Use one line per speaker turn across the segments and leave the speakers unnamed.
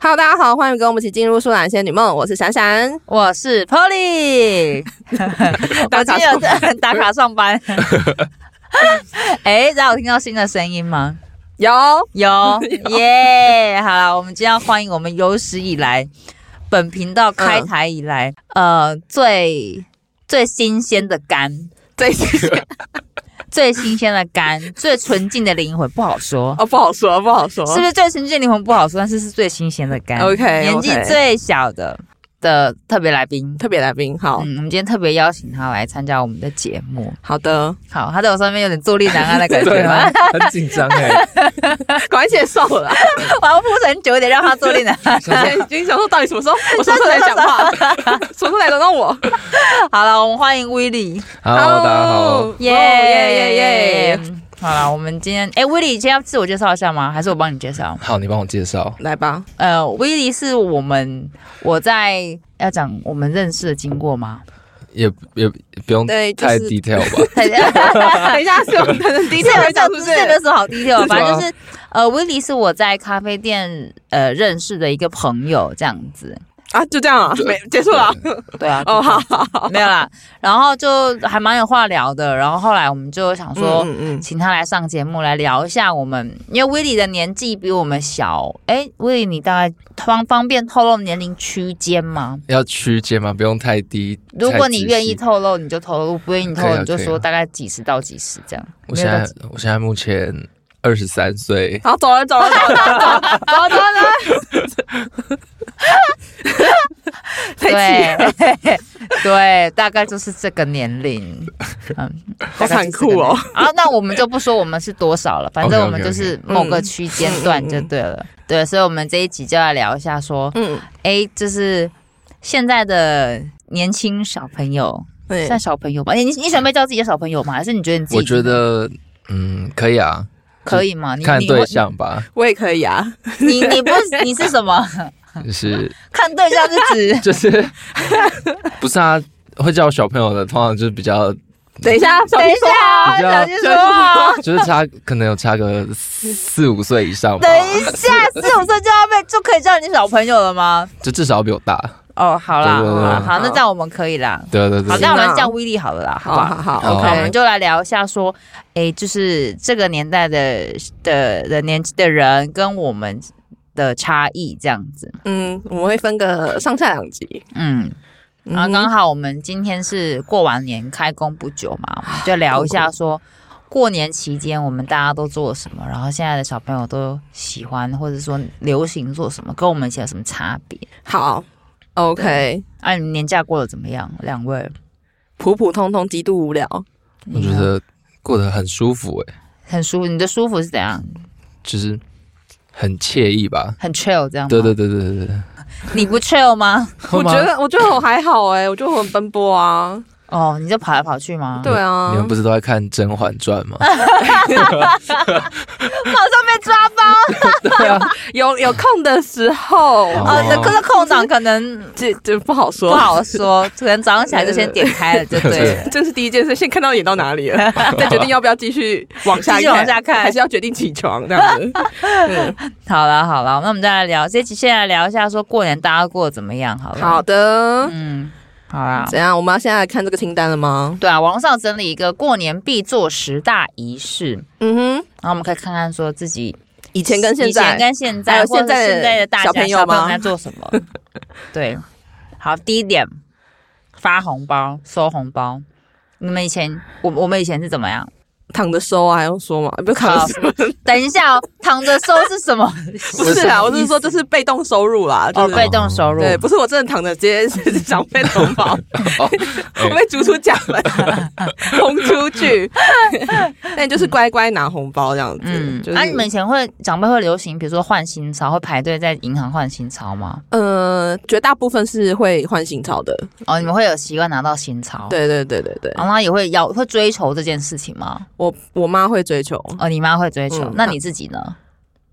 Hello，大家好，欢迎跟我们一起进入《树懒仙女梦》，我是闪 闪。
我是 Polly，
打
我
卡
今
上
天有在 打卡上班。哎，大家有听到新的声音吗？
有，
有耶！好了，我们今天要欢迎我们有史以来本频道开台以来，
嗯
呃，最最新鲜的肝，
这一 期
最新鲜的 肝，最纯净的灵魂，不好说。
哦，不好说，不好说。
是不是最纯净的灵魂不好说，但是是最新鲜的肝
OK，OK
年纪最小的的特别来宾。
特别来宾，好、
嗯，我们今天特别邀请他来参加我们的节目。
好的，
好，他在我上面有点坐立难安的 感
对
觉吗
啊？，很紧张 哎，
赶快介绍了。
我要铺陈久一点，让他坐立难 安。
之前已经想说，到底什么 时候我什么时候来讲话， 什么时候来轮到我？
好了，我们欢迎威利，
Hello，大家好，
哦耶
哦耶耶耶！！
好了，我们今天哎，威利，今天要自我介绍一下吗？还是我帮你介绍？
好，你帮我介绍。
来 吧，
呃，威利是我们我在要讲我们认识的经 过吗？
也也不用
对就是
太 detail 吧，
等一下
等一下是我们的第一次来讲，是不是？
这个是好低调，
是吗
反正就是呃，威利是我在咖啡店呃认识的一个朋友这样子。
啊，就这样啊，没结束了。
对啊，
哦，好，
没有啦，然后就还蛮有话聊的，然后后来我们就想说，
嗯
请他来上节目来聊一下我们，因为威利的年纪比我们小，哎，威利你大概方方便透露年龄区间吗？
要区间嘛，不用太低。
如果你
太仔细
愿意，透露你就透露，不愿意透
可以
露
啊
你就
可以啊
说大概几十到几十这样。
我
没
现
有到
在
几
我现在目前二十三岁，
好，走了，走了，走了，走了，走了，太气了。
对 对，大概就是这个年龄，嗯，
好
大概
残
就是这个
酷哦
年龄。啊，那我们就不说我们是多少了，反正
OK，OK，OK
我们就是某个区间段就对了。对，所以我们这一集就来聊一下说，
嗯，
哎，就是现在的年轻小朋友，
对
算小朋友吧？哎，你你准备叫自己的小朋友吗？还是你觉得你自己？
我觉得嗯可以啊，
可以吗？你
看
你
对象吧，
我也可以啊。
你你不你是什么？
就是
看对象是指
就是 不是啊，会叫我小朋友的，通常就是比较
等一下，小
等一
心说话
下，啊
比较
小心说话。啊
就是差可能有差个四五岁以上吧
等，一下，四五岁就要被就可以叫你小朋友了吗？
就至少比我大。
哦，好啦，
对对对
好啦好，那
好
这样我们可以啦。
对对
好，
对，
那我们
行啊
叫威力好了啦，好
好
吧？
好好
好
好，我
，OK，
们就来聊一下说，诶，就是这个年代的的的年纪的人跟我们的差异这样子。
嗯，我们会分个上下两集。
嗯，然后刚好我们今天是过完年开工不久嘛，我们就聊一下说。过年期间，我们大家都做了什么？然后现在的小朋友都喜欢，或者说流行做什么，跟我们以前有什么差别？
好，OK，
啊，你们年假过得怎么样？两位，
普普通通，极度无聊。
我觉得过得很舒服哎，
很舒服。你的舒服是怎样？
就是很惬意吧。
很 chill 这样吗？
对对，对对对对，
你不 chill 吗？
我觉得，我觉得我还好哎，我觉得我很奔波啊。
哦，你就跑来跑去吗？
对啊
你，们不是都在看《甄嬛传》吗？
马上被抓包。
有有空的时候，
哦
哦，你的这空档可能
这这不好
不
说。
好说，可能早上起来就先点开 了，就对了。
这是第一件事，先看到演到哪里 了，再决定要不要继续往下
继续往下看
还是要决定起床这样 子。嗯，
好了好了，那我们再来聊，这期先来聊一下说过年大家过得怎么样？好了，
好，的，
嗯，好啦。
怎样？我们要现在来看这个清单了吗？
对啊，网络上整理一个过年必做十大仪式，
嗯哼，
然后我们可以看看说自己
以前跟现
以
在
前，跟现在，
还有
或者
现在
是
的
现在的大家
小朋友
小朋友
吗
在做什么？对，好，第一点，发红包、收红包。你们以前，我我们以前是怎么样？
躺着收啊，还用说吗？不是躺着收，
等一下、哦，躺着收是什么？
不是啊，我是说这是被动收入啦，就
哦，
是。
被动收入。
对，不是我真的躺着接长辈同 胞，
哦，
哎
我被逐出家门，轰出 去。那你就是乖乖拿红包这样子。
嗯，
就是、
那、你们以前会长辈会流行，比如说换新钞，会排队在银行换新钞吗？
呃，绝大部分是会换新钞的。
哦，你们会有习惯拿到新钞？，
对对对对对，
然后也会要会追求这件事情吗？
我我妈会追求。
哦，你妈会追求，
嗯
那你自己呢？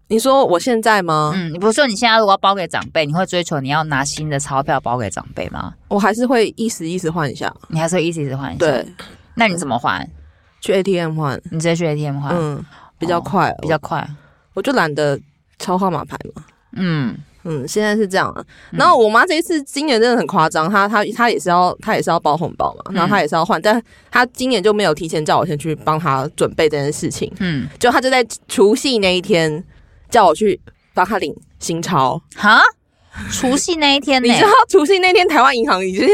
你说我现在吗？
嗯，你不是说你现在如果要包给长辈，你会追求你要拿新的钞票包给长辈吗？
我还是会意思意思换一下。
你还是会一直一直换一下？，
对，
那你怎么换？
去 ATM 换，
你直接去 ATM
嗯
换，哦
嗯，比较快，
比较快。
我就懒得抄号码牌嘛。
嗯，
嗯，现在是这样、啊。然后我妈这一次今年真的很夸张，她她她也是要她也是要包红包嘛，然后她也是要换，但她今年就没有提前叫我先去帮她准备这件事情，
嗯，
就她就在除夕那一天叫我去帮她领新钞。
哈，除夕那一天呢、
你知道除夕那天台湾银行已经是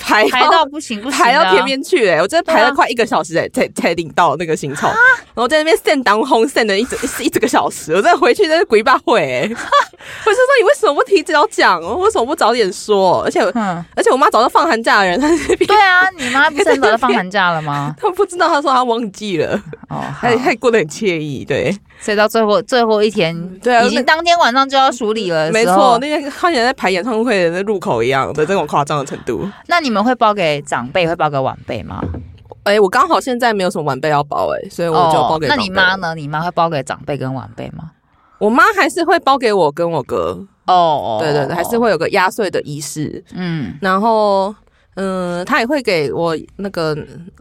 排
排到不行不行、啊，
排到天边去哎、我真的排
对
了
啊
快一个小时哎、才才领到那个新钞，然后在那边 send 当轰 send 了一整一一整个小时，我真的回去真是鬼把会 哎、我就说你为什么不提早讲？为什么不早点说？而且我
嗯，
而且我妈早就放寒假的人，她这边
对啊，你妈不是很早就放寒假了吗？
她不知道，她说她忘记了，
哦，好
她她过得很惬意，对，
所以到最后最后一天，
对啊
已经当天晚上就要处理了，
没错，。那天看起来在排演唱会的那路口一样的这种夸张的程度。
那你们会包给长辈，会包给晚辈吗？
哎、我刚好现在没有什么晚辈要包哎、所以我就包给、
哦那你妈？呢？你妈会包给长辈跟晚辈吗？
我妈还是会包给我跟我哥，
哦哦
对对对，还是，会有个压岁的仪式，
嗯，
然后。嗯，他也会给我那个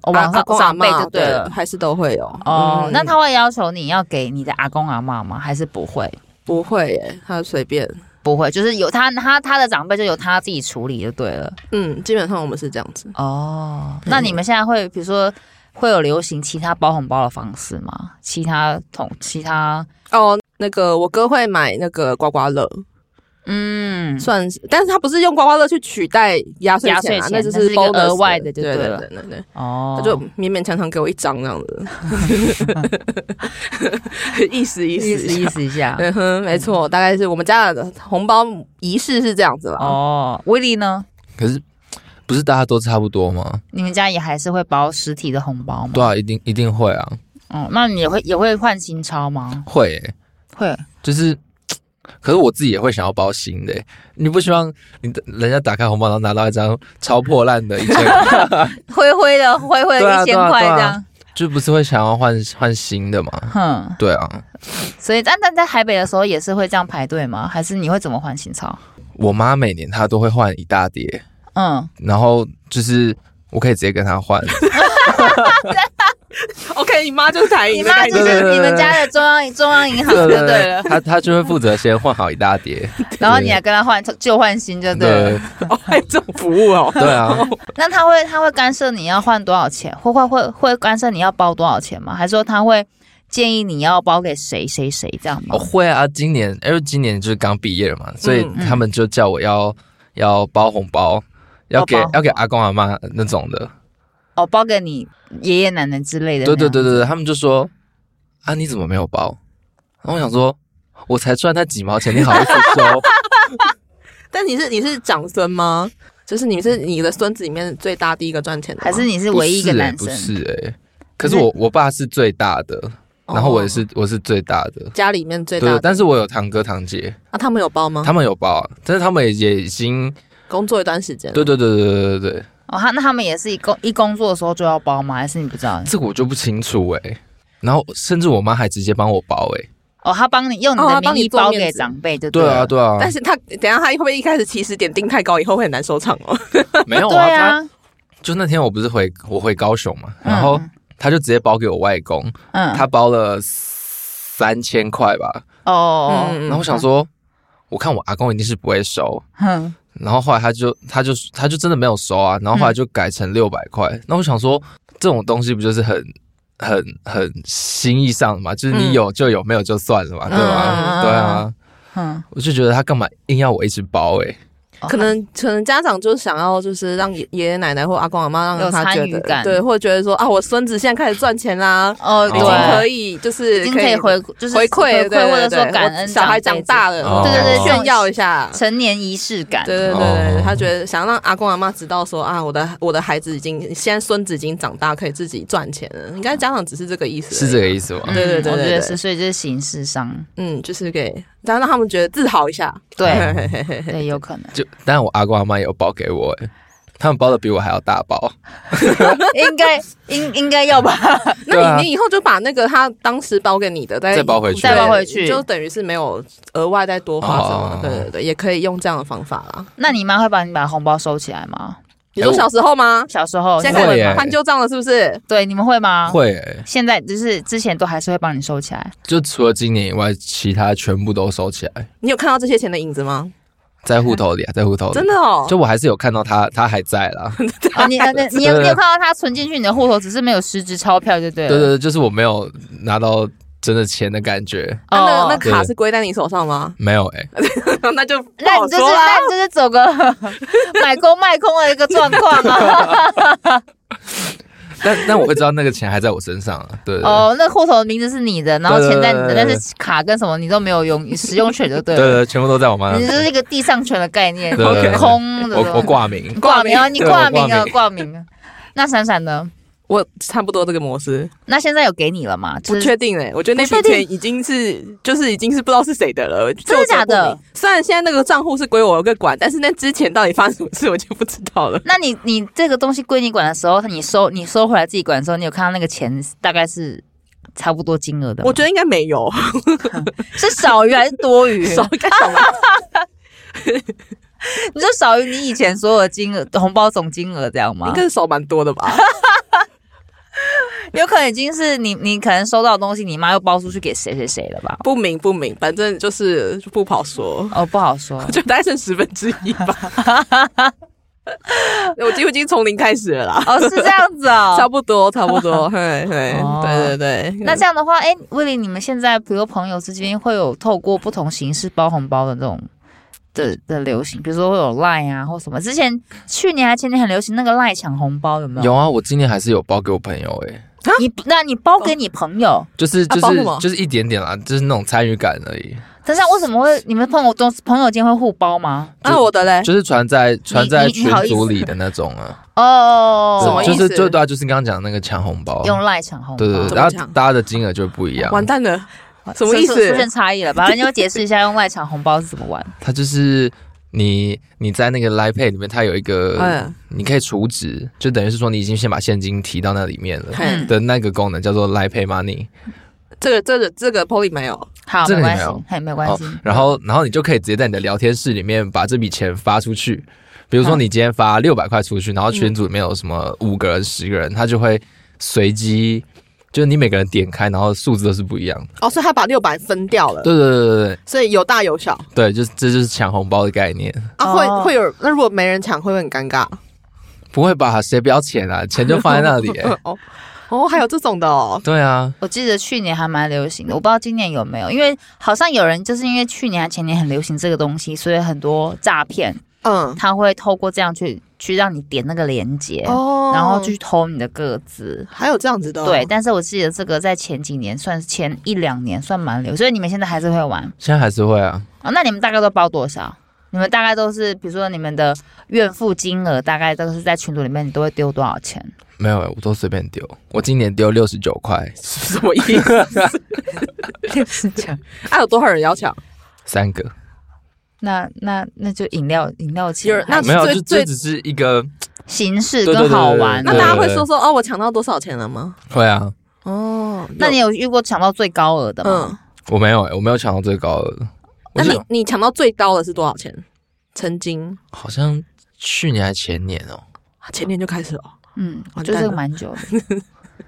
哦晚
阿
上
公阿
长辈
嬷
就对了。
还是都会有
哦，
嗯
那他会要求你要给你的阿公阿嬷吗？还是不会？
不会耶，他随便。
不会，就是由他他他的长辈就由他自己处理就对了。
嗯，基本上我们是这样子。
哦，那你们现在会比如说会有流行其他包红包的方式吗？其他统其他
哦，那个我哥会买那个刮刮乐，
嗯
算是，但是他不是用刮刮乐去取代压岁
压岁
啊
钱，
那就
那是一个
bonus
额外的就
对
对
对
了
对对对，
哦，
他就勉勉强强给我一张这样 子， 意思意思
意思意。思一下。
嗯哼，没错，大概是我们家的红包仪式是这样子啦。
哦，威利呢？
可是不是大家都差不多吗？
你们家也还是会包实体的红包吗？
对啊，一定一定会啊，
嗯，那你也会也会换新钞吗？
会欸、
会，
就是。可是我自己也会想要包新的欸、你不希望你的人家打开红包，然后拿到一张超破烂的 一千块，
灰灰的灰灰
对
的
啊
一千
对啊
块
对啊
这样。
就不是会想要换换新的吗？
哼，
对啊，
所以但但在台北的时候也是会这样排队吗？还是你会怎么换新钞？
我妈每年她都会换一大叠，
嗯，
然后就是我可以直接跟他换，
OK，你 妈就是台
你
银的
妈
概
就
念，
对对
是
对
你们家的中 央中央银行
对
就
对
对
对
了，，
他他就会负责先换好一大叠，
然后你还跟他换旧换新就对了。
对
哦，还有这种服务 哦。
对啊，
那他会他会干涉你要换多少钱，会会会会干涉你要包多少钱吗？还是说他会建议你要包给谁谁谁这样吗
我？会啊，今年因为今年就是刚毕业了嘛，所以
嗯
嗯
他们就叫我要要包红包，要给
包包
要给阿公阿妈那种的，
哦，包给你爷爷奶奶之类的那
对
样。
对对对对，他们就说啊你怎么没有包？然后我想说。我才赚他几毛钱，你好意思 收？
但你是你是长孙吗？就是你是你的孙子里面最大第一个赚钱的吗，
还是你是唯一一个男
不
生？嗯
是哎、欸可是我我爸是最大的，
哦
然后我也是我是最大的，
家里面最大
对，
的？
但是我有堂哥堂姐，
啊，他们有包
哦
吗？
他们有包，啊但是他们也也已经，
工作一段时间，
对对对对对对对，
哦，他那他们也是一工一工作的时候就要包吗？还是你不知道？
这个我就不清楚哎、然后甚至我妈还直接帮我包哎、
哦，他帮你用你
哦
的
他帮
名
你
义
做
包
面
给
子
长辈，就
对啊
了。
对啊，
但是他等一下他会不会一开始起始点定太高，以后会很难收场哦？
没有
对
啊，他
啊，
就那天我不是回我回高雄嘛，然后
嗯
他就直接包给我外公，
嗯，
他包了三千块吧，
哦哦，
嗯
然后我想说，我看我阿公一定是不会收，
哼，
然后后来他就他就他就真的没有收啊，然后
嗯
后来就改成六百块。那我想说，这种东西不就是很很很心意上的嘛，就是
嗯
你有就有，没有就算了嘛，对吧？
嗯
对啊，
哼，
我就觉得他干嘛硬要我一直包欸诶、
哦
可能可能家长就想要就是让爷爷爷奶奶或阿公阿妈
有
让他觉
参与
得
感
对，或者觉得说啊，我孙子现在开始赚钱啦，
哦，
已经可
对，
以就是
已经可以回就是
回馈
回馈，或者说
对
感
我
恩
小孩
长
长
辈
大了，
哦
对对对
炫耀一下
之。成年仪式感。
对对对
哦
对，他觉得想让阿公阿妈知道说啊，我的我的孩子已经现在孙子已经长大，可以自己赚钱了。应该家长只是这个意思，
是这个。意思吗？
嗯
对对对
我
对
觉得
对
是，所以就是形式上，
嗯，就是给，然后让他们觉得自豪一下。
对
嘿嘿嘿嘿
对，有可能，
就但我阿公阿妈也有包给我诶、他们包的比我还要大包。
应该应应该要吧？
对
那
啊
你你以后就把那个他当时包给你的再
再包回去
再包回去
就等于是没有额外再多花什么
哦
的。对对对，也可以用这样的方法啦。
那你妈会把你把红包收起来吗？
你说小时候吗？
小时候
现
在
在
哎会耶
看翻旧账了是不是？
对你们会吗？。
会、欸，
现在就是之前都还是会帮你收起 来，
就除了今年以外，其他全部都收起来，
你有看到这些钱的影子吗？
在户头里、啊，在户头里。
真的哦， 啊
就我还是有看到他，他还在啦。
哦，你呃你你有你有看到它存进去你的户头，只是没有实质钞票就对
对
了。
对对，就是我没有拿到真的钱的感觉，
啊那
哦
那卡
对
是归在你手上吗？
没有哎、欸
那就不
那
好
你就是啊
说啊啦
那。你就是 走个买空卖空的一个状况啊。
但但我会知道那个钱还在我身上啊。对对对
哦，那户头的名字是你的，然后钱在你的，
对对对对
但
对
是卡跟什么你都没有用使用权就对
对
了。
对，全部都在我妈
你
那。
就是一个地上权的概念，
对对对
空的。
我我挂名，
挂名啊，你
对
挂
我
名啊，
挂名
挂名啊。那闪闪呢？
我差不多这个模式，
那现在有给你了吗？
不
就是
确定哎、我觉得那
不确
笔
定
钱已经是就是已经是不知道是谁的了，
真的假的
就我不明？虽然现在那个账户是归我一个管，但是那之前到底发生什么事我就不知道了。
那你你这个东西归你管的时候，你收你收回来自己管的时候，你有看到那个钱大概是差不多金额的吗？
我觉得应该没有，
是少于还是多余？
少干什么？
你说少于你以前所有的金额红包总金额这样吗
应？该是少蛮多的吧？
有可能已经是你你可能收到的东西，你妈又包出去给谁谁谁了吧？
不明不明，反正就是不好说。
哦，不好说。
就大概剩十分之一吧。 我几乎已经从零开始了啦，
哦，是这样子
差
哦。
不多，差不 多，嘿嘿，
哦
对对对。嗯
那这样的话，哎、威廉，你们现在比如朋友之间会有透过不同形式包红包的这种的的流行，比如说会有 Line 啊或什么。之前去年还前年很流行那个 Line 抢红包，有没有？
有啊，我今年还是有包给我朋友哎、
你那你包给你朋友，
就是
啊
就是、
包什么
就是一点点啦，就是那种参与感而已。
但是为什么会你们朋友中朋友间会互包吗？
那我的嘞，
就是传在传
你
在
你
群
好意思
组里的那种啊，
哦，
什么意
对
思
就是就对啊，就是刚刚讲的那个抢红包，
用 Line 抢红包？
对对
怎
对，
么
然后
抢
大家的金额就不一样。
完蛋了，什么意思
出出现差异了吧？反正你要解释一下用赖抢红包是怎么玩。
它就是你你在那个 Line Pay 里面，它有一个
嗯，
你可以储值，就等于是说你已经先把现金提到那里面 了
嗯
的那个功能叫做 Line Pay Money。
这个这个这个 Polly 没有，
好，
这
没
个
关
也没
系
有，
嘿，没关系。
哦然后然后你就可以直接在你的聊天室里面把这笔钱发出去。比如说
嗯
你今天发六百块出去，然后群组里面有什么五个人、十个人，他就会随机。就是你每个人点开，然后数字都是不一样的。
哦，所以他把六百分掉了，
对对对对对
所以有大有小
对，就是这就是抢红包的概念。
啊，
哦
会会有那如果没人抢会不会很尴尬？。
不会吧？谁不要钱啊？钱就放在那里、 欸
哦哦，还有这种的哦，
对啊，
我记得去年还蛮流行的，我不知道今年有没有，因为好像有人就是因为去年还前年很流行这个东西，所以很多诈骗
嗯
他会透过这样去去让你点那个链接，
哦，
然后去偷你的个资。
还有这样子的哦，
对，但是我记得这个在前几年算是前一两年算蛮流，所以你们现在还是会玩
现在还是会啊。
啊、那你们大概都包多少？你们大概都是，比如说你们的怨妇金额，大概都是在群组里面，你都会丢多少钱？
没有、欸，我都随便丢。我今年丢六十九块，
什么意思？
是这样。
还啊有多少人要抢？
三个
那那那就饮料饮料钱
有人那
没有，
最
就
最
这只是一个
形式
对对
跟
对
好玩。
那
对
大家
对
会
对
说说哦，我抢到多少钱了吗？
会啊。
哦，
那你有遇过抢到最高额的吗？
嗯，
我没有、欸，我没有抢到最高的。我
那
想
你你抢到最高的是多少钱？曾经
好像去年还前年哦、
啊前年就开始了，
嗯，
完蛋了
就是蛮久 的。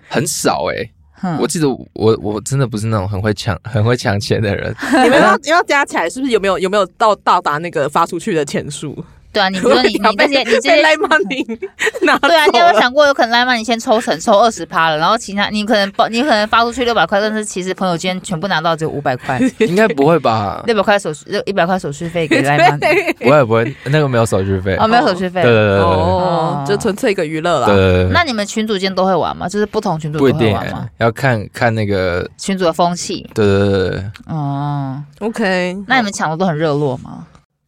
很少哎、
哼
我记得我我我真的不是那种很会抢很会抢钱的人，
你们 要要加起来是不是有没有有没有到到达那个发出去的钱数？
对 啊，你比如 说你你这些你这
被
些。
赖 money 拿走
对啊，你有没有
了，
想过，有可能赖曼你先抽成抽二十趴了，然后其他你可能包，你可能发出去六百块，但是其实朋友间全部拿到只有五百 块，
应该不会吧？
六百块手续一百块手续费给赖 曼，
不会不会，那个没有手续费。
哦，没有手续费
对，对对对对
哦，就纯粹一个娱乐
对
啦。
对对对，
那你们群主间都会玩吗？就是不同群主都
不一
会
定、
玩吗
欸？，要看看那个。
群主的风气
对对对对对，
哦。
OK，
那你们抢的都很热络吗？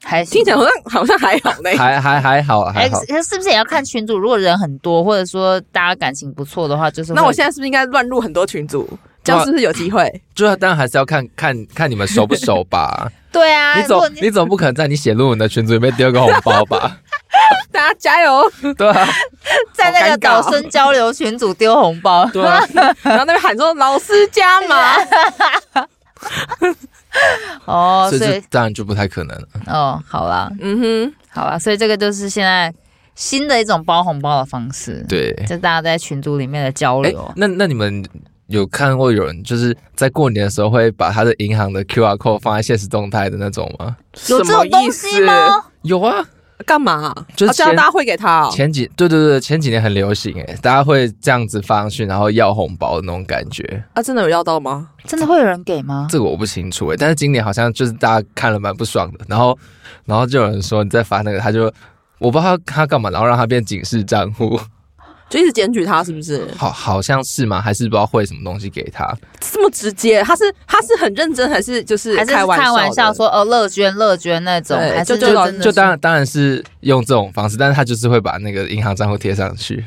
还行
听起来好像好像还好呢。
还还还好还
哎，
好。
可是不是也要看群主？如果人很多，或者说大家感情不错的话，就是会
那我现在是不是应该乱入很多群组？这样是不是有机会？
就是，但还是要看看看你们熟不熟吧。
对啊，
你
如
总
果
哎你总不可能在你写论文的群组里面丢个红包 吧？
大家加油！
对啊，
在那
好
个
尴尬哦
导生交流群组丢红 包，
对 啊，
然后那边喊说老师加码，
哦，
所以
所
这
以
当然就不太可能了。
哦，好啦，
嗯哼，
好啦，所以这个就是现在新的一种包红包的方式。，
对，
这大家在群组里面的交
哎、
流。
那那你们有看过有人就是在过年的时候会把他的银行的 QR code 放在现实动态的那种吗？
有这种东西吗？
有啊，
干嘛？
就是
啊这样
钱
大家会给他哦、
前几对对对，前几年很流行哎、大家会这样子发上去，然后要红包的那种感觉。
啊？真的有要到吗？
真的会有人给吗？
这个我不清楚哎、但是今年好像就是大家看了蛮不爽的，然后然后就有人说你再发那个，他就我不知道他他干嘛，然后让他变警示账户，
就一直检举他是不是？
好好像是吗？还是不知道汇什么东西给他？
这么直接？他是他是很认真，还是就是
还是
开玩
开
笑？
玩笑？说哦乐捐乐捐那种，
对
还
就
是真
就
的
就是当然当然是用这种方式，但是他就是会把那个银行账户贴上去。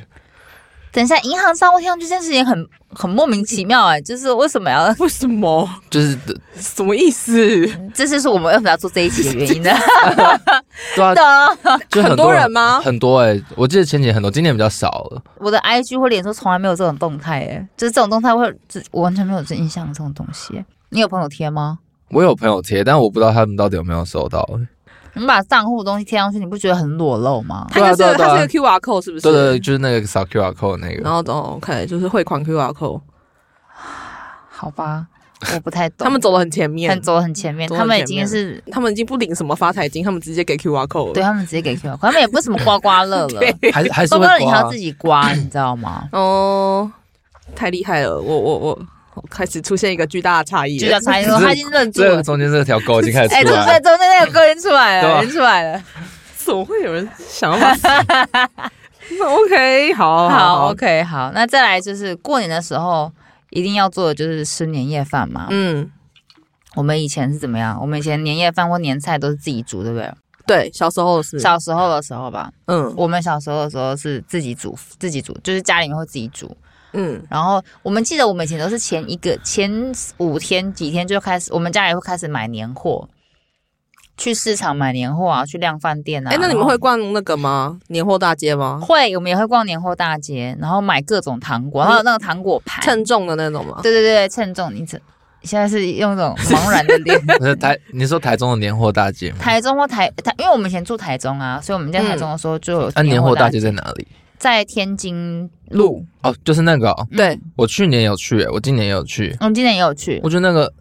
等一下银行账户贴上去这件事情很很莫名其妙哎、就是为什么要
为什么？
就是
什么意思？
这就是我们为什么要做这一期的原因呢？
对啊，就
很多人吗
很多哎、我记得前几年很多，今年比较少了。
我的 IG 或脸书从来没有这种动态，哎，就是这种动态会，这我完全没有这印象这种东西欸。你有朋友贴吗？
我有朋友贴，但我不知道他们到底有没有收到。
你把账户的东西贴上去，你不觉得很裸露吗？
他就是
对啊对啊
他是个 QR code 是不是？
对对对，就是那个扫 QR code 那个
然。后哦 OK，就是汇款 QR code，
好吧，我不太懂。
他们走的很前面，
很走很前面，
走很
他们已
前
经
面
是
他们已经不领什么发财金，他们直接给 QR code 了。
对他啊们直接给 QR，他们也不是什么刮刮乐 了，
还是还是
刮
会
刮乐你还
刮啊
要自己 刮，你知道吗？
哦，太厉害了！我我我我开始出现一个巨大的差异了，
就叫差异，他已经认住
这
了
个。中间这条沟已经开始
哎，
出
对
来
对，
了。
中间那个歌已经出来
对
了，
啊
已经出来了。
怎么会有人想要把？OK，好
好，OK，好，那再来就是过年的时候一定要做的就是吃年夜饭嘛。
嗯，
我们以前是怎么样？我们以前年夜饭或年菜都是自己煮，对不对？
对，小时候是，
小时候的时候吧，
嗯
我们小时候的时候是自己煮，自己煮，就是家里面会自己煮。
嗯，
然后我们记得我们以前都是前一个前五天几天就开始，我们家里会开始买年货，去市场买年货啊，去量贩店啊。
哎，那你们
然
会
后
逛那个吗？年货大街吗？
会？我们也会逛年货大街，然后买各种糖果，还有那个糖果盘。
称重的那种吗？
对对对，称重。你这现在是用这种茫然的 脸。
那哎台你说台中的年货大街吗？
台中或台台，因为我们以前住台中啊，所以我们在台中的时候就有
那啊年
嗯啊货
货大
街
街在哪里？
在天津路。
哦，就是那个、哦，
对，
我去年有去、欸我今年也有去。
我们今年也有去，
我觉得那个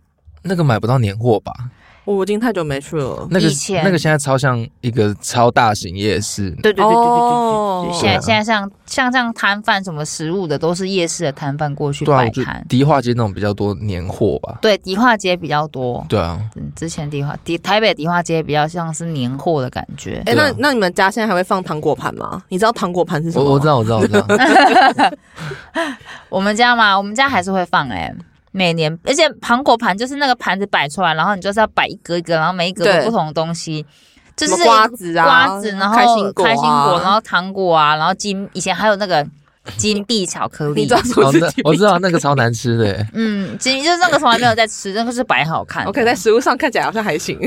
那个买不到年货吧，
我已经太久没去了。
那个
以前
那个现在超像一个超大型夜市，
对对对对对对对
哦
对。现
对
在
啊
现在像像这样摊贩什么食物的，都是夜市的摊贩过去
对啊，
摆
我觉
摊
得。迪化街那种比较多年货吧。
对，迪化街比较多。
对啊，
嗯，之前迪化迪台北迪化街比较像是年货的感觉。
哎，
对
那
啊
那你们家现在还会放糖果盘吗？你知道糖果盘是什么
我
吗？
我知道我知道 我知道，
我们家嘛，我们家还是会放哎、每年，而且糖果盘就是那个盘子摆出来，然后你就是要摆一格一格，然后每一格
对
有不同的东西，就
什
是
么瓜子啊，
瓜子，然后
开心果啊，
开心果然后糖果啊，然后金以前还有那个金币巧克
你
力
知，道什么
哦
是
那
几
我知
品
道那个超难吃的欸，
嗯，金就是那个从来没有在吃，那个是摆好看的。
OK，在食物上看起来好像还行，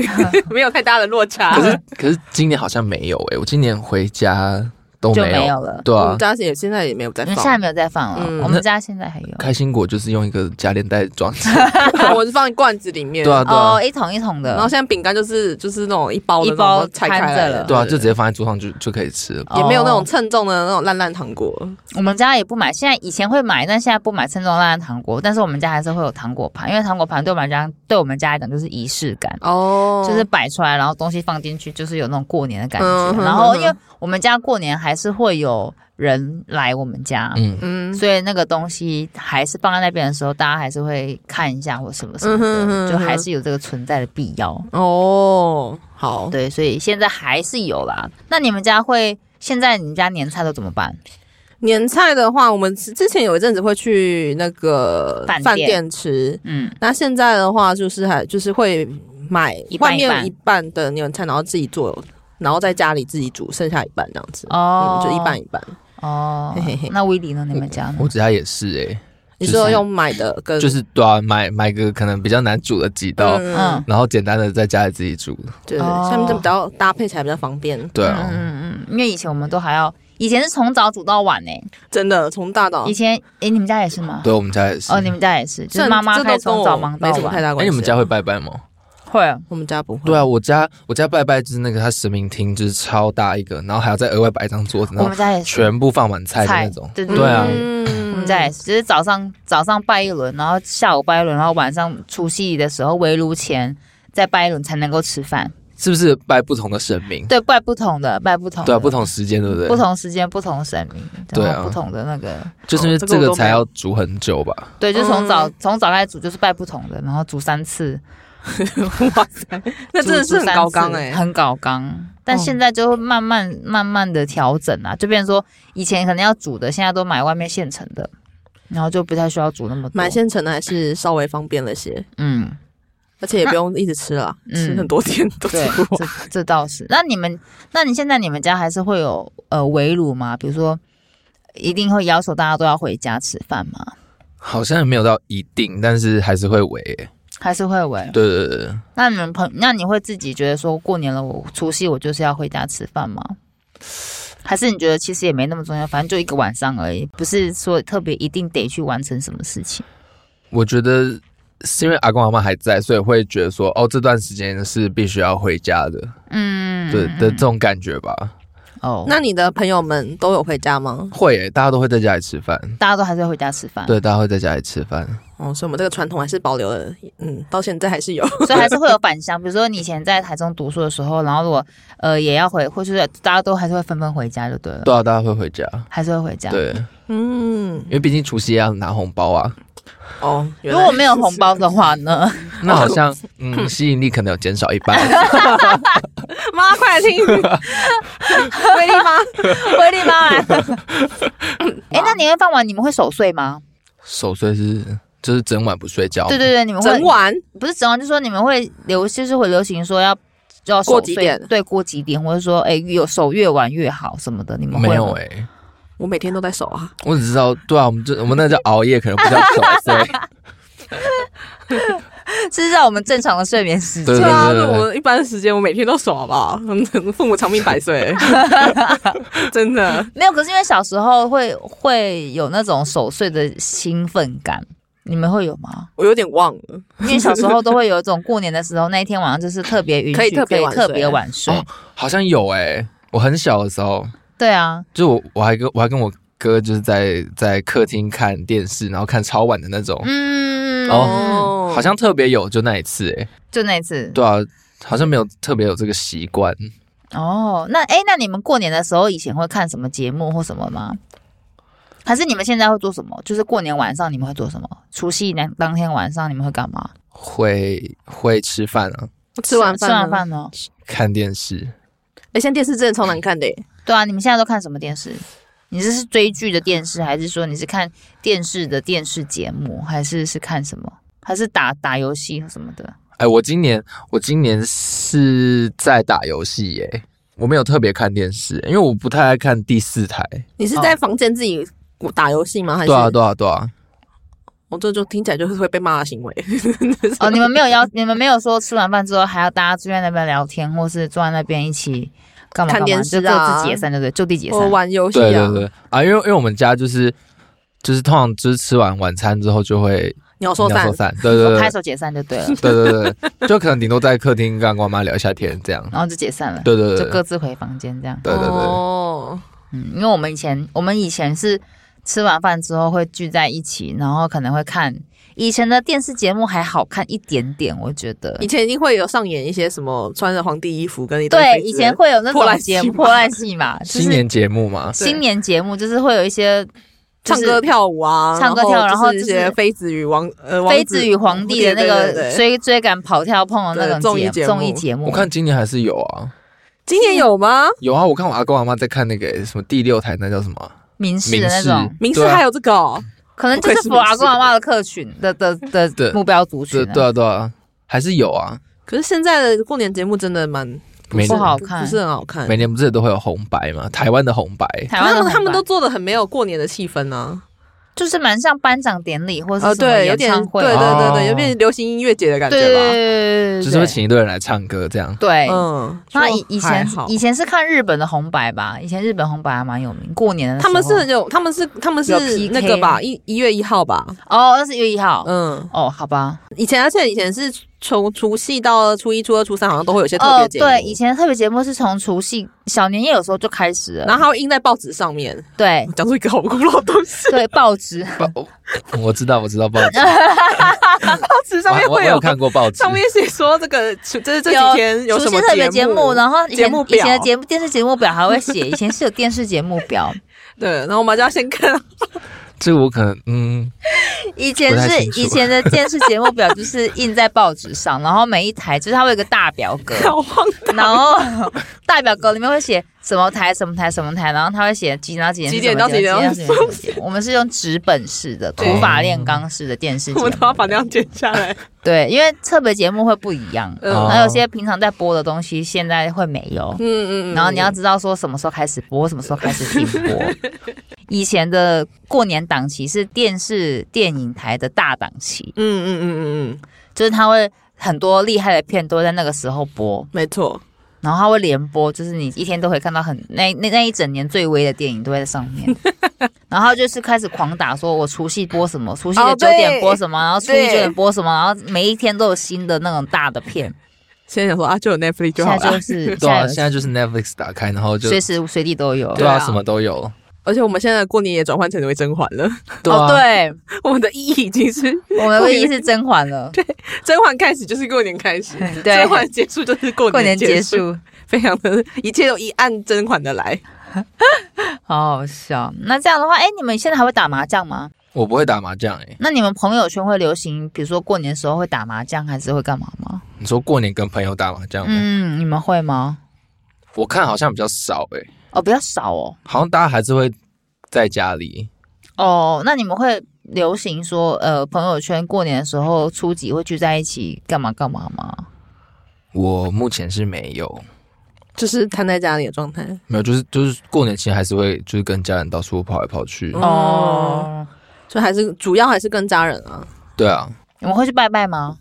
没有太大的落差。
可是可是今年好像没有哎，我今年回家都
就
没
没
有，
有了。
对
我
啊
们，家也现在也没有在
我们现在
放，
没有再放了，
嗯
我们家现在还有。
开心果就是用一个夹链袋装起来，
我是放罐子里面。
对啊对啊
哦，一桶一桶的，
然后现在饼干就是就是那种一包的
一包
那种拆开
摊
来
着
的
了
对啊，就直接放在桌上就就可以吃了。
也没有那种
哦
称重的那种烂烂糖果。
我们家也不买，现在以前会买，但现在不买称重烂的糖果，但是我们家还是会有糖果盘，因为糖果盘对我们来讲，对我们家来讲就是仪式感。
哦
就是摆出来，然后东西放进去，就是有那种过年的感觉。
嗯哼
然后，
嗯哼
因为我们家过年还是会有人来我们家，
嗯，
嗯，
所以那个东西还是放在那边的时候，大家还是会看一下或什么什么
嗯
的，
哼嗯哼
就还是有这个存在的必要。
哦，好，
对，所以现在还是有啦。那你们家会现在你们家年菜都怎么办？
年菜的话，我们之前有一阵子会去那个
饭店
饭店吃，
嗯，
那现在的话就是还就是会买
一半
外
一半
面一半的年菜，然后自己做，然后在家里自己煮，剩下一半这样子。
哦
嗯，，就一半一半。
哦
嘿嘿嘿。
那威利呢？你们家呢？
我家也是
你
就是
说用买的跟
哎，
呃
就是对啊，买买个可能比较难煮的几道，
嗯，
然后简单的在家里自己煮，
对，
哦
下面就比较搭配起来比较方便。
对
嗯
啊，
嗯嗯，因为以前我们都还要，以前是从早煮到晚呢、
真的，从大到
以前，诶，你们家也是吗？
啊 对我们家也是。
哦，你们家也是，就
这
是妈妈
这都
开始
跟
从
我
早忙到
没什么太
晚。
大关
哎，
系。啊
你们家会拜拜吗？
会
我们家不会。
对啊，我家我家拜拜就是那个它神明厅就是超大一个，然后还要再额外摆一张桌子，然
我
后
们家也是
全部放满菜的那种。
对
对啊
嗯我们家也是，就是早上早上拜一轮，然后下午拜一轮，然后晚上除夕的时候围炉前再拜一轮才能够吃饭。
是不是拜不同的神明？
对，拜不同的，拜不同的，
对啊，不同时间，对不对？
不，同时间、不同神明，
对
然
啊
后不同的那个，
就是因为这
这个我
个
都没有
才要煮很久吧。
对，就从早
嗯
从早开始煮，就是拜不同的，然后煮三次，
哇塞， 嗯那真的是很高嗯纲哎、
欸，很高纲。但现在就会慢慢慢慢的调整啊，就变成说以前可能要煮的，现在都买外面现成的，然后就不太需要煮那么多。
买现成的还是稍微方便了些，
嗯，
而且也不用一直吃了，
嗯
吃很多天都吃
对，
不完。
这这倒是。那你们，那你现在你们家还是会有呃围炉吗？比如说，一定会要求大家都要回家吃饭吗？
好像也没有到一定，但是还是会围。
还是会围？
对对对对，
那你们朋，那你会自己觉得说过年了，我除夕我就是要回家吃饭吗？还是你觉得其实也没那么重要，反正就一个晚上而已，不是说特别一定得去完成什么事情。
我觉得是因为阿公阿妈还在，所以会觉得说，哦，这段时间是必须要回家的，
嗯，
对的这种感觉吧。
哦，那
那你的朋友们都有回家吗？
会耶，大家都会在家里吃饭。
大家都还是会回家吃饭，，
对，大家会在家里吃饭。
哦，所以我们这个传统还是保留了，嗯，到现在还是有。
所以还是会有返乡。比如说你以前在台中读书的时候，然后如果呃也要回，或是大家都还是会纷纷回家就对了，
对啊，大家会回家。
还是会回家。，
对，
嗯，
因为毕竟除夕要拿红包 啊，
哦，原
如
来
果没有红包的话呢？
那好 像嗯，吸引力可能有减少一半。
妈，快来 听，
威力妈，威力妈来。 哎、那你会放完你们会守岁吗？
守岁是就是整晚不睡觉。
对对对，你们会
整晚
不是整晚，就说你们会流，就是会流行说要就要守
过
岁
几点
对，过几点，或者说哎、有守越晚越好什么的，你们会
没有
吗
哎、
我每天都在守啊。
我只知道，对啊，我们这我们那叫熬夜，可能不叫守 岁。
这是让我们正常的睡眠时
对
间。
啊，
对
那
对
我一般的时间我每天都守，好不好？父母长命百 岁，真的。
没有，可是因为小时候会会有那种守岁的兴奋感，你们会有吗？
我有点忘了，
因为小时候都会有一种过年的时候那一天晚上就是特别允许
可以特别晚睡
特别晚睡，
哦好像有哎、我很小的时候，
对啊，
就我我还跟我还跟我哥就是在在客厅看电视，然后看超晚的那种，
嗯，
哦好像特别有就那一次哎、
就那一次，
对啊，好像没有特别有这个习惯。
哦，那哎，那你们过年的时候以前会看什么节目或什么吗？还是你们现在会做什么？就是过年晚上你们会做什么？除夕那当天晚上你们会干嘛？
会会吃饭啊，
吃完饭，
吃完。饭哦呢？
看电视，
哎，现在电视真的超难看的耶，
对啊，你们现在都看什么电视？你这是追剧的电视，还是说你是看电视的电视节目，还是是看什么？还是打打游戏什么的？
哎，我今年我今年是在打游戏耶，我没有特别看电视，因为我不太爱看第四台。
你是在房间自己打游戏吗？还是？
哦对啊，对啊，对啊，
我哦这就听起来就是会被骂的行为。
哦，你们没有邀，你们没有说吃完饭之后还要大家坐在那边聊天，或是坐在那边一起干嘛
看
干嘛，
电视
就
啊
各自解散，对不对？就地解
我
散。
玩游戏
对
啊
对，对啊，因为因为我们家就是就是通常就是吃完晚餐之后就会
鸟兽
鸟
散
兽。散，对对
拍
对
手解散就对了，
对对对对，就可能顶多在客厅跟我妈聊一下天这样。
然后就解散了，
对对
就
对
各
对
自回房间这样。
对对，
哦，
嗯，因为我们以前我们以前是吃完饭之后会聚在一起，然后可能会看以前的电视节目还好看一点点，我觉得
以。前一定会有上演一些什么穿着皇帝衣服跟一堆
对，
妃子
以前会有那
破烂
种
戏
节目
嘛
破烂戏 嘛，就是
新年节目嘛，
新年节目就是会有一些就
唱
是
歌跳舞啊，
唱歌跳然后
这
就是
些妃子与王呃王
妃子与皇帝的那
对对
个
对
追追赶跑跳碰的那
对综
种
艺
节
节目
综艺节目，
我看今年还是有啊，
今年有吗？
有啊，我看我阿公阿妈在看那个什么第六台，那叫什么啊
民视
民
的那
视
种，
明
对
示
啊
还有这个哦，
可能就是符合阿公阿妈的客群的的的的
对
目标族群
对
啊，
对啊对啊，还是有啊，
可是现在的过年节目真的蛮
每
不
年
好看
不是很好看。
每年不是也都会有红白嘛，台湾的红白，
台湾
他
的
们他们
红白
都做的很没有过年的气氛呢，
就是蛮像颁奖典礼或者
呃，
是什么
对，有
演
点
唱会，啊
对对对对，
哦
有点流行音乐节的感
对
觉吧。
对对，
就是会请一堆人来唱歌这 样。
对。
嗯，
那
就
以以
还
前
好
以前是看日本的红白吧，以前日本红白还蛮有名，过年的时
他
候
们是很有，他们是他们
有
是
PK
那个吧，一一月一号吧，
哦，那是一月一号，
嗯，
哦，好吧，
以前而且以前是从除夕到初一、初二、初三，好像都会有一些特
哦
别，节目。
对，以前的特别节目是从除夕小年夜有时候就开始了，
然后它会印在报纸上面，
对
讲出一个好古老的东西。
对报纸，
报我知道，我知道报纸，
报纸上面
我我
会
我有看过报纸，
上面写说这个，就是 这几天有
除
什
夕
么
特别节目，
目，
然后以
节
前
目
以前的
表
节目电视节目表还会写，以前是有电视节目表，
对，然后我们就要先看
这个我可能嗯，
以前
不太
是
清楚
以前的电视节目表就是印在报纸上，然后每一台就是它会有一个大表格，
小荒
然后大表格里面会写什么台、什么台、什么台，然后他会写几点到几点、
几点到
几
几
点
点
到几点什么节目。我们是用纸本式的、
对
土法炼钢式的电视节
我
目
们，都要把那样剪下 来。
对，因为特别节目会不一样，
嗯
哦
然后有些平常在播的东西现在会没有。
嗯嗯嗯。
然后你要知道说什么时候开始播，什么时候开始停 播。以前的过年档期是电视电影台的大档期，
嗯嗯嗯嗯嗯，
就是它会很多厉害的片都会在那个时候播。
没错。
然后它会连播，就是你一天都可以看到很那那那一整年最威的电影都会在上 面。然后就是开始狂打，说我除夕播什么，除夕的
哦
九
对
点播什么，然后初一
对
九点播什么，然后每一天都有新的那种大的片。
现在想说啊，就有 Netflix 就
现
好
在
了
就。 是
对啊，
现
现
在
在就是 Netflix 打开，然后
有
就
随时随地都有。
对
对啊，
啊
什么都有，
而且我们现在的过年也转换成为甄嬛了，
哦，
啊，
对，
我们的意义已经是
我们唯一是甄 嬛了。
甄嬛开始就是过年开始，
对
甄嬛结束就是过
过年结
结，
束，
非常的一切都一按甄嬛的来。
好好笑。那这样的话，哎，你们现在还会打麻将吗？
我不会打麻将欸诶，
那你们朋友圈会流行，比如说过年的时候会打麻将，还是会干嘛吗？
你说过年跟朋友打麻将吗，
嗯，你们会吗？
我看好像比较少诶，
哦，比较少哦。
好像大家还是会在家里，
哦，那你们会流行说，呃，朋友圈过年的时候初几会聚在一起干嘛干嘛吗？
我目前是没有，
就是瘫在家里的状态，
没有，就是就是过年前还是会就是跟家人到处跑来跑去，
嗯
哦
哦，所以还是主要还是跟家人啊。
对啊，
你们会去拜拜吗？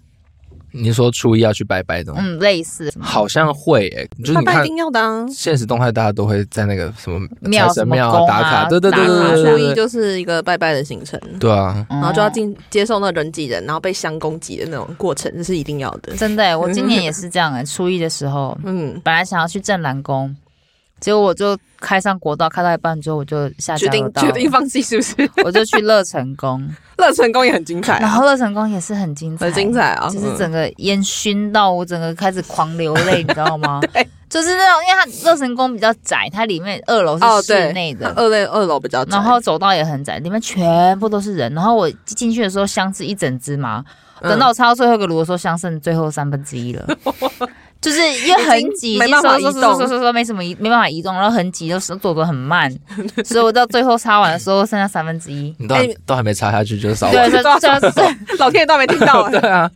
你说初一要去拜拜的吗？
嗯，类似
好像会诶，就是
爸
你
爸
看
一定要的啊！
现实动态，大家都会在那个什么
庙
财
什
神
么
庙
宫啊
打卡，对对对
打卡哦
对
初
对
一
对对，
就是一个拜拜的行程，
对啊，
然
然后就要进接受那人挤人，然后被香攻击的那种过程，这是一定要的。
嗯真的耶，我今年也是这样哎， 初一的时候
嗯，
本来想要去正南宫，结果我就开上国道，开到一半之后我就下
决
交流
定
道
决，定放弃是 不是？
我就去乐成 宫，
乐成功也很精彩
然
啊，
后乐成宫也是很精彩，
很精彩啊，
就是
嗯
整个烟熏到我整个开始狂流泪，你知道吗？
对
就是那种，因为它乐神宫比较窄，它里面二楼
哦
是
对
室内的。
二类二楼比较窄，
然后走道也很窄，里面全部都是人。然后我进去的时候，香是一整只嘛，
嗯
等到我插到最后一个炉的时候，香剩最后三分之一了，就是因为很挤，
已经没办法
说
移动
说说说说说没什么移，没办法移动，然后很挤，就是走得很慢，所以我到最后插完的时候剩下三分之一。
你都还都还没插下去就少
哎对，
玩，
就就 就
老天爷都还没听到 欸。
对啊，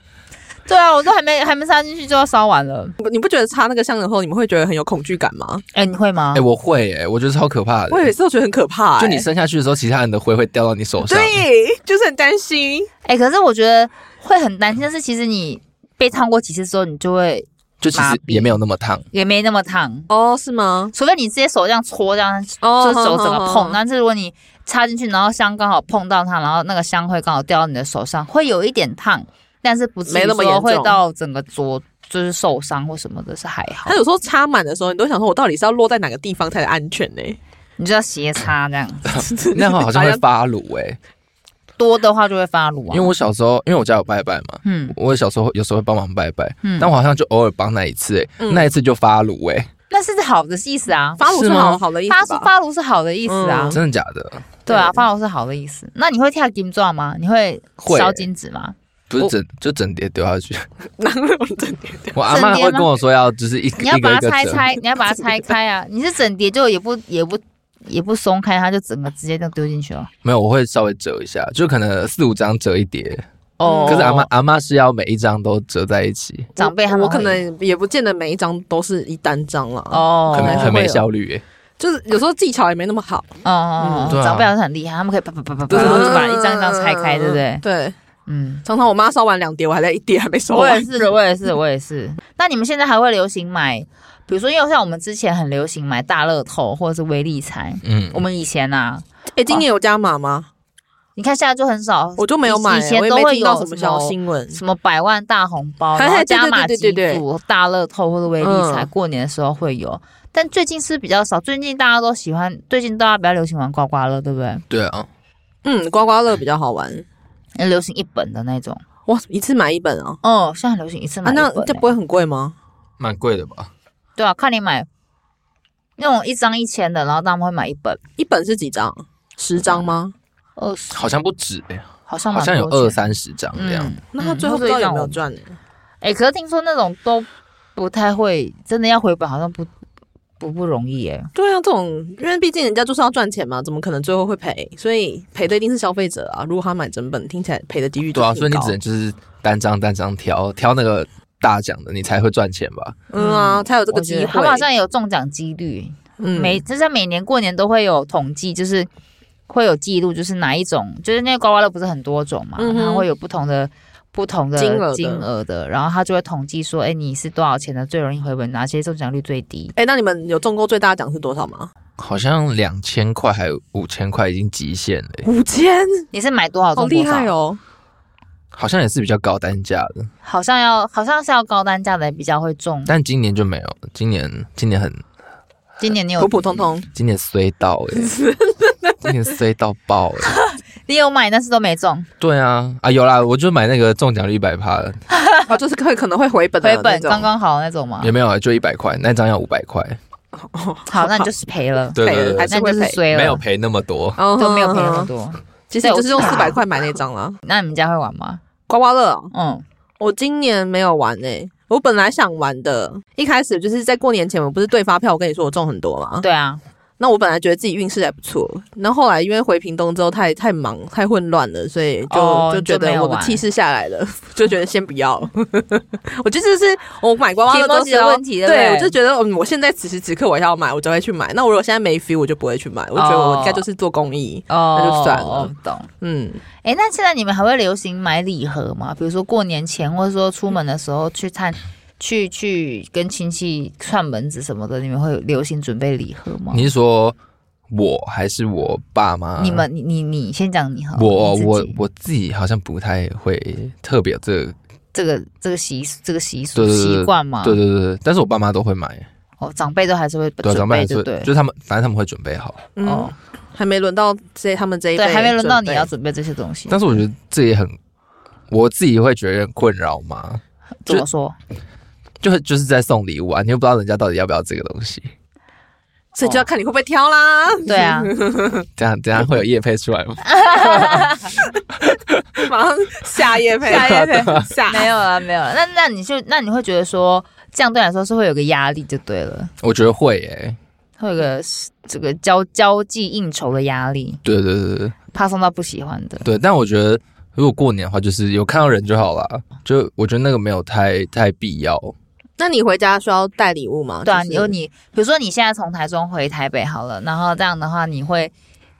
对啊，我都还没还没插进去就要烧完了。
你不觉得插那个香的后，你们会觉得很有恐惧感吗？
哎，你会吗？
哎，我会诶，我觉得超可怕
我有
的，
时候觉得很可怕、欸，
就你伸下去的时候，其他人的灰会掉到你手上，
对，就是很担心。
哎、可是我觉得会很担心，但是其实你被烫过几次之后，你就会
就其
麻
实
痹
也没有那么烫，
也没那么烫，
哦，是吗？
除非你直接手这样搓，这样
哦
就是手整个碰。
那
但是如果你插进去，然后香刚好碰到它，然后那个香会刚好掉到你的手上，会有一点烫，但是不至于
没那么
说
严重
会到整个桌就是受伤或什么的，是还好
他。有时候插满的时候，你都想说，我到底是要落在哪个地方才安全呢、
你就要斜插这样，
那样 好像会发乳诶，
多的话就会发乳啊。
因为我小时候，因为我家有拜拜嘛。
嗯，
我小时候有时候会帮忙拜拜，
嗯
但我好像就偶尔帮那一次、欸，
嗯
那一次就发炉、欸，
那是好的意思啊。
发乳是
是吗
好好的意
发
思 吧？
发乳是好的意思啊，
嗯
真的假的？
对啊，发乳是好的意思。那你会跳金钻吗？你会
会
烧金纸吗？
不是
我
整就整叠丢 下去，
哪有整点
我阿妈
整叠吗
会跟我说要就是一
你要
一个
把
一
它
个
拆
折，
拆，你要把它拆开 啊！你是整叠就也不也不也不松开，它就整个直接就丢进去了。
没有，我会稍微折一下，就可能四五张折一叠。
哦
可是阿妈阿妈是要每一张都折在一起，
长辈他们
我可
会
能也不见得每一张都是一单张了，哦，
哦，
可能
还
很
会
没
有
效率、欸，
就是有时候技巧也没那么好，
哦哦，
嗯
哦
对啊啊
长辈好像很厉害，他们可以啪啪啪啪啪，
对
然后
对
就
对
把一张一张拆开，对不对？
对，
嗯，
常常我妈烧完两碟，我还在一碟还没烧
我也
完。
是，我也是，我也是。那你们现在还会流行买，比如说，因为像我们之前很流行买大乐透或者是微利财，
嗯
我，们以前啊，
哎、今年有加码吗？
你看现在就很少，
我就没有买、
以前
我也
都
没
会
听到
有
什么消新闻。
什么百万大红包，
嘿嘿
然后加码
对
几
对对对对
组大乐透或者威力彩，
嗯
过年的时候会有。但最近是比较少，最近大家都喜欢，最近大家比较流行玩刮刮乐，对不对？
对啊，
嗯，刮刮乐比较好玩。
流行一本的那种。
哇，一次买一本啊？
哦，现在流行一次买
啊，
一本、
那
欸
这不会很贵吗？
蛮贵的吧？
对啊，看你买那种一张一千的，然后他们会买一本
一本是几张？十张吗？
二十，
好像不止、欸，
好像
好
蛮
像有
多钱
二三十张这样。
嗯
那他最后
嗯
不知道有没有
或者一张
赚呢、欸
哎、可是听说那种都不太会，真的要回本好像不不不容易哎、
对啊，这种因为毕竟人家就是要赚钱嘛，怎么可能最后会赔？所以赔的一定是消费者啊。如果他买整本，听起来赔的几率就
对啊，
挺
所以你
高
只能就是单张单张挑，挑那个大奖的，你才会赚钱吧？
嗯啊，才有这个
我
机
觉得
会。
他们好像也有中奖几率，
嗯
每就在每年过年都会有统计，就是会有记录，就是哪一种，就是那个刮刮乐不是很多种嘛，
嗯哼
它会有不同的不同的
金额的
金额的，然后他就会统计说，哎、你是多少钱的最容易回本，哪些中奖率最低？
哎、那你们有中过最大的奖是多少吗？
好像两千块还有五千块已经极限了、欸
五千，
你是买多少
好
中
厉
多少？
害哦！
好像也是比较高单价的，
好像要好像是要高单价的比较会中，
但今年就没有了，今年今年很
今年你有
普普通 通，
今年衰到哎、欸，今年衰到爆哎、欸。
你有买，但是都没中。
对啊，啊有啦，我就买那个中奖率一百趴的，
啊，就是会可能会回本的
回
那
本
种
刚刚好那种嘛
也。没有啊，就一百块，那张要五百块，
好， 那你就是赔了，
对
赔
对对
还
对，
是
那
会
就是
赔，
衰了，
没有赔那么多。
哦
都没有赔那么。
嗯嗯
多。
其实你就是用四百块买那张啦，
那你们家会玩吗？
刮刮乐哦。
嗯，
我今年没有玩诶、我本来想玩的，一开始就是在过年前，我不是对发票，我跟你说我中很多嘛。
对啊，
那我本来觉得自己运势还不错，然后后来因为回屏东之后太太忙太混乱了，所以就、
哦
就觉
就没
得
有
我的
玩
气势下来了， 就觉得先不要。 我就是 是我买刮刮乐都
Kimoji
是
的
要
问题对不
对
对
我就觉得嗯，我现在此时此刻我要买，我就会去买。那我如果现在没 feel，我就不会去买。我觉得我应该就是做公益，
哦，
那就算了
哦懂。
嗯，
哎，那现在你们还会流行买礼盒吗？比如说过年前，或者说出门的时候去探。去去跟亲戚串门子什么的，你们会流行准备礼盒吗？
你是说我还是我爸妈？
你们你你你先讲你好了，
我
你自己
我我自己好像不太会特别有这个，
这个这个习这个习俗
对对对
习惯嘛，
对对对对，但是我爸妈都会买，
哦，长辈都还是会
对啊，
准
长辈
备，
还是
对
会
不对
就？是他们，反正他们会准备好。
嗯
哦，
还没轮到这他们这一辈
对，还没轮到你
准备
要准备这些东西。
但是我觉得这也很，我自己会觉得有点困扰嘛，
怎么说？
就就是在送礼物啊，你又不知道人家到底要不要这个东西，
所以
哦
就要看你会不会挑啦。
对啊，
这样这样会有叶配出来 吗？
马上下夜配，
下业配
下
没有啊，没有了。那那你就那你会觉得说，这样对你来说是会有个压力就对了，
我觉得会诶、
会有个这个交交际应酬的压力，
对对对对
怕送到不喜欢的。
对，但我觉得如果过年的话，就是有看到人就好啦，就我觉得那个没有太太必要。
那你回家需要带礼物吗？
对啊，
哦就
你
是
有你，比如说你现在从台中回台北好了，然后这样的话，你会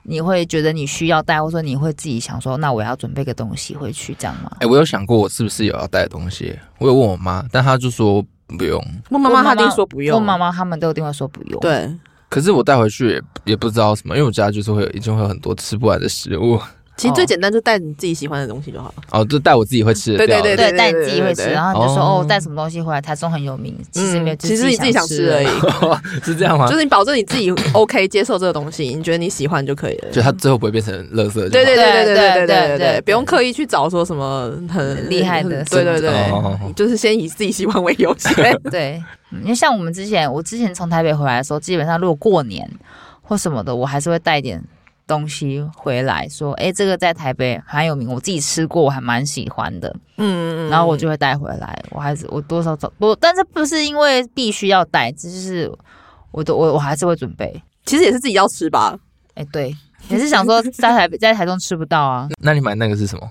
你会觉得你需要带，或者说你会自己想说，那我要准备个东西回去，这样吗？
哎、我有想过我是不是有要带东西，我有问我妈，但她就说不用。
问妈妈，她
问
一定说不用。
问妈妈他们都一定会说不用。
对，
可是我带回去也也不知道什么，因为我家就是会有一定会有很多吃不完的食物，
其实最简单就带你自己喜欢的东西就好了。
哦，就带我自己会吃的
对
掉的。
对
对，带你自己会吃，
对对
然后你就说
哦
哦，带什么东西回来？台中很有名，其实没有，
嗯其实你自己想吃而已，
是这样吗？
就是你保证你自己 OK 接受这个东西，你觉得你喜欢就可以了。
就它最后不会变成垃圾就好。
对对对对对
对
对对对
对
对，
对对
不用刻意去找说什么很
厉害的
很对对
哦
对，
哦哦
就是先以自己喜欢为优先。
对，嗯因为像我们之前，我之前从台北回来的时候，基本上如果过年或什么的，我还是会带一点东西回来，说，哎，这个在台北很有名，我自己吃过，我还蛮喜欢的，
嗯，
然后我就会带回来。我还是我多少找多，但是不是因为必须要带，只是我都我我还是会准备。
其实也是自己要吃吧。
哎，对，也是想说在台北在台中吃不到啊，
那你买那个是什么？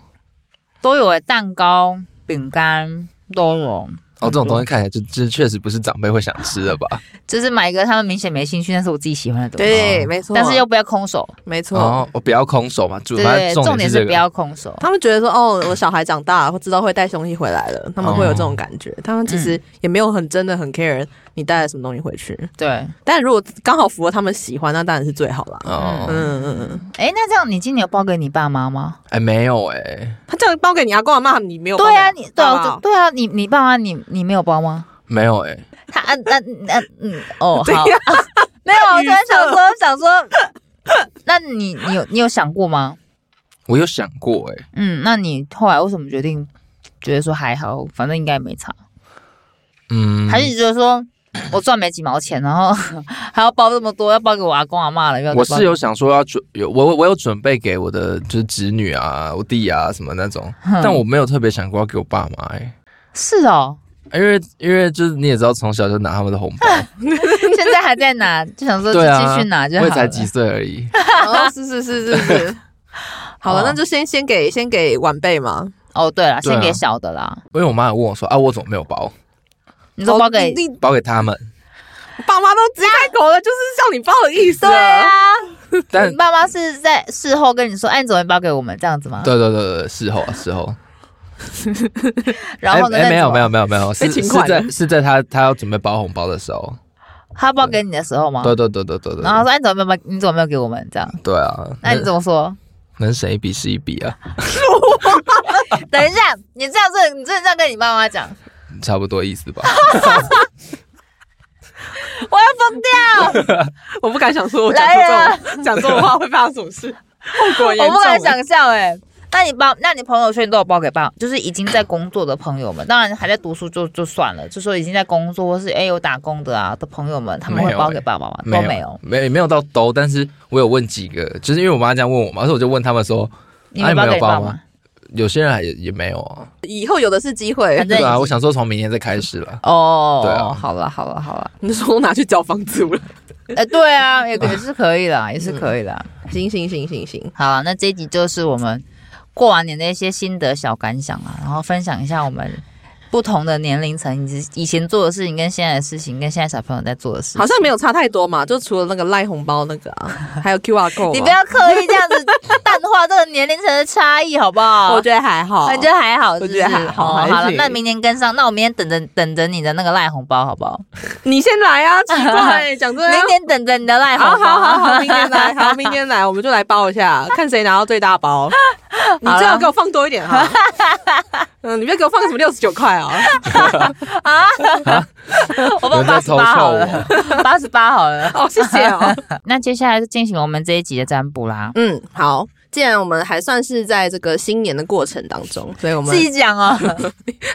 都有哎，蛋糕、饼干都有。
哦，这种东西看起来就这确实不是长辈会想吃的吧？
就是买一个他们明显没兴趣，但是我自己喜欢的东西。
对，没错。
但是又不要空手，
没错，
哦，我不要空手嘛，主
对
反
对，
正
重
点
点
是这
是不
个。
要空手。
他们觉得说哦，我小孩长
哦嗯
大，我知道会带东西回来了，他们会有这种感觉。他们其实也没有很真的很 care 你带了什么东西回去。
对，
但如果刚好符合他们喜欢，那当然是最好啦。
哦，哎、
嗯嗯嗯，
哎，那这样你今年有报给你爸妈吗？
没有哎、
他叫你包给你阿公阿妈，你没有包给
对
你？
啊，你对
爸
啊
妈，
对啊，你你爸妈你你没有包吗？
没有哎、
他啊那那嗯哦
对
好， 没有，我突然想说想说，那你你有你有想过吗？
我有想过哎、
嗯，那你后来为什么决定觉得说还好，反正应该也没差，
嗯，
还是觉得说我赚没几毛钱，然后 还要包这么多，要包给我阿公阿妈了，要
我是有想说要准有我我我有准备给我的就是侄女啊、我弟啊什么那种，
哼
但我没有特别想过要给我爸妈哎、
是哦，
因为因为就是你也知道，从小就拿他们的红 包，
现在还在拿，就想说就
对啊，
继续拿就好
我
了。
也才几岁而已，
哦，是是是是 是。好了，
哦
那就先先给先给晚辈嘛。
哦，对了，
对啊
先给小的啦。
因为我妈有问我说啊，我怎么没有包
你说包给、
哦你你
包给他们？
爸妈都直接开口了，就是叫你包的意思。
对，啊，
但
你爸妈是在事后跟你说，哎，你怎么没包给我们这样子吗？
对对对对，事后啊事后，
然后呢？
哎哎没
那怎
有
么
没有没有没有，是
被
是
请款
在是在他他要准备包红包的时候，
他包给你的时候吗？
对对对对对对，
然后他说，哎，你怎么没有包？你怎么没有给我们这样？
对啊，
那你怎么说？
能省一笔是一笔啊，
等一下，你这样子，你真的这样跟你爸妈讲，
差不多意思吧？
我要疯
我不敢想说，我讲出
来
这种讲这种话会发生什么事，后果很
掉，
严
我
重。
不敢想象哎、那你包，那你朋友圈都有包给爸，就是已经在工作的朋友们，当然还在读书就就算了，就说已经在工作或是哎、有打工的啊的朋友们，他们
没
会
有
包
欸
给爸爸吗？
没
都
有啊
没有，
没没有到兜，但是我有问几个，就是因为我妈这样问我嘛，所以我就问他们说，
你
啊
没
你
包给
没有
你爸
包
吗
吗？？有些人还也也没有啊，
以后有的是机会
反。正
对
已
啊，
经
我想说从明天再开始了。
哦，
对啊
好了好了好了，
你说我拿去交房租了？
哎、对啊，也也是可以的，也是可以的。
行行行行行，
好啦，那这一集就是我们过完年的一些心得小感想啦，然后分享一下我们不同的年龄层，以及以前做的事情跟现在的事情，跟现在小朋友在做的事情
好。像没有差太多嘛，就除了那个赖红包那个啊，还有 QR code 嘛。
你不要刻意这样子淡化这个年龄层的差异，好不好？
我觉得还好。
我觉得还好，
我觉得还好
好。
还
好了，
行
那明年跟上，那我明天等着等着你的那个赖红包，好不好？
你先来啊，奇 怪，讲真的。
明年等着你的赖红
好
包。
好好好，明天来，好，明天来，我们就来包一下，看谁拿到最大 包。你最好给我放多一点哈。嗯，你不要给我放什么六十九块啊。
我放
有人在
八十
偷
八
笑
好
我
了，八十八好了。
哦，谢谢 哦。
那接下来就进行我们这一集的占卜啦。
嗯，好。既然我们还算是在这个新年的过程当中，所以我们
自己 讲哦。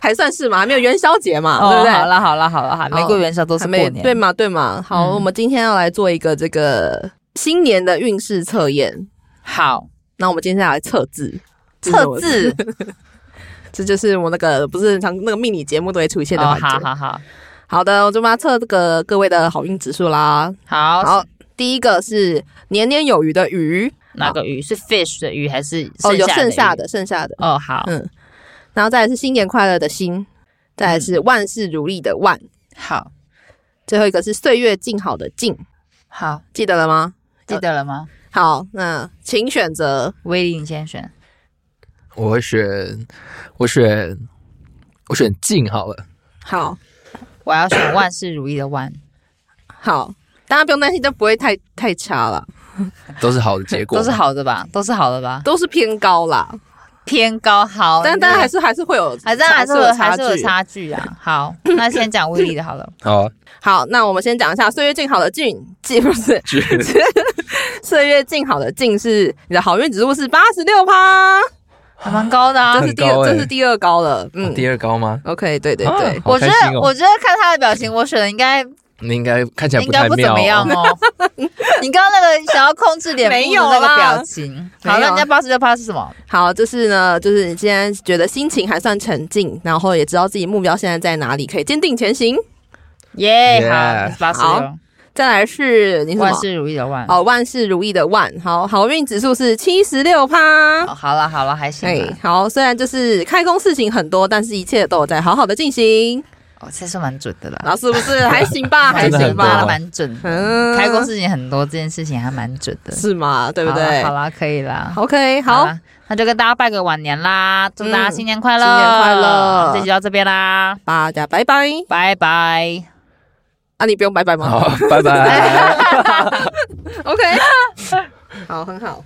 还算是嘛，还没有元宵节嘛，
哦，
对不对？
好啦好啦好啦，还没过
哦
元宵都是
还
过
没
年，
对嘛对嘛。好，
嗯
我们今天要来做一个这个新年的运势测验。
好，
那我们今天要来测字，这是
测
我
字
这就是我那个不是很常那个命理节目都会出现的
哦
环，节。
好好好
好的，我就帮他测这个各位的好运指数啦。
好
好，第一个是年年有余的余，
哪个鱼是 fish 的鱼还是
哦，有剩
剩
下
下
的
的鱼？
剩下的，
哦，好
嗯然后再来是新年快乐的新，再来是万事如意的万，
好
最后一个是岁月静好的静，
好，
记得了吗？
记得了
呃
吗？好，
好，那请选择
威力你先选，
我会选，我选，我选静好了。
好
我要选万事如意的 万。
好，大家不用担心，都不会太太差了，
都是好的结 果，
都是。好的吧，都是好的吧，
都是偏高啦，
偏高好，
但但还是
是
还是会有，
哦还是还是有还是有
距。
差距 啊。好，那先讲威力的好了，
好、啊，
好，那我们先讲一下岁月静好的静， 静不是
去
岁月静好的静是你的好运指数是八十六趴，
还蛮高哦 的啊
这。是第二、
很高欸
这是第二高了。嗯、
第二高吗？
o k 对对对，
啊好
我觉
开心
得，
哦
我觉得看他的表情，我选的应该
你应该看起来
应
不
该
太
不怎
妙、
么样
哦。
哦。 你刚刚那个想要控制脸部
没有
的那个
啦
表情，
没有啊
好，那人家八十六趴是什么？
好，就是呢，就是你现在觉得心情还算沉静，然后也知道自己目标现在在哪里，可以坚定前行。
耶、
Yeah
好，八十
好
六，
再来是你是什
万
么？
事如意的万。
哦，万事如意的万，好，好运指数是七十六趴。
哦，好了好了，还行
哎
吧。，
好，虽然就是开工事情很多，但是一切都有在好好的进行，
哦，这是蛮准的啦，
老师不是还行 吧？还
真的
行
很多
吧
吧，
啊？
蛮准的。
嗯，
开工事情很多，这件事情还蛮准的，
是吗？对不
好
对
啦好啦，可以啦。
？OK，好，
啦，那就跟大家拜个晚年啦，祝大家
嗯
新年快乐，
新年快乐
这集就到这边啦，
大家拜拜。
拜拜。
啊，你不用拜拜吗
好，拜拜。
？OK，好，很好。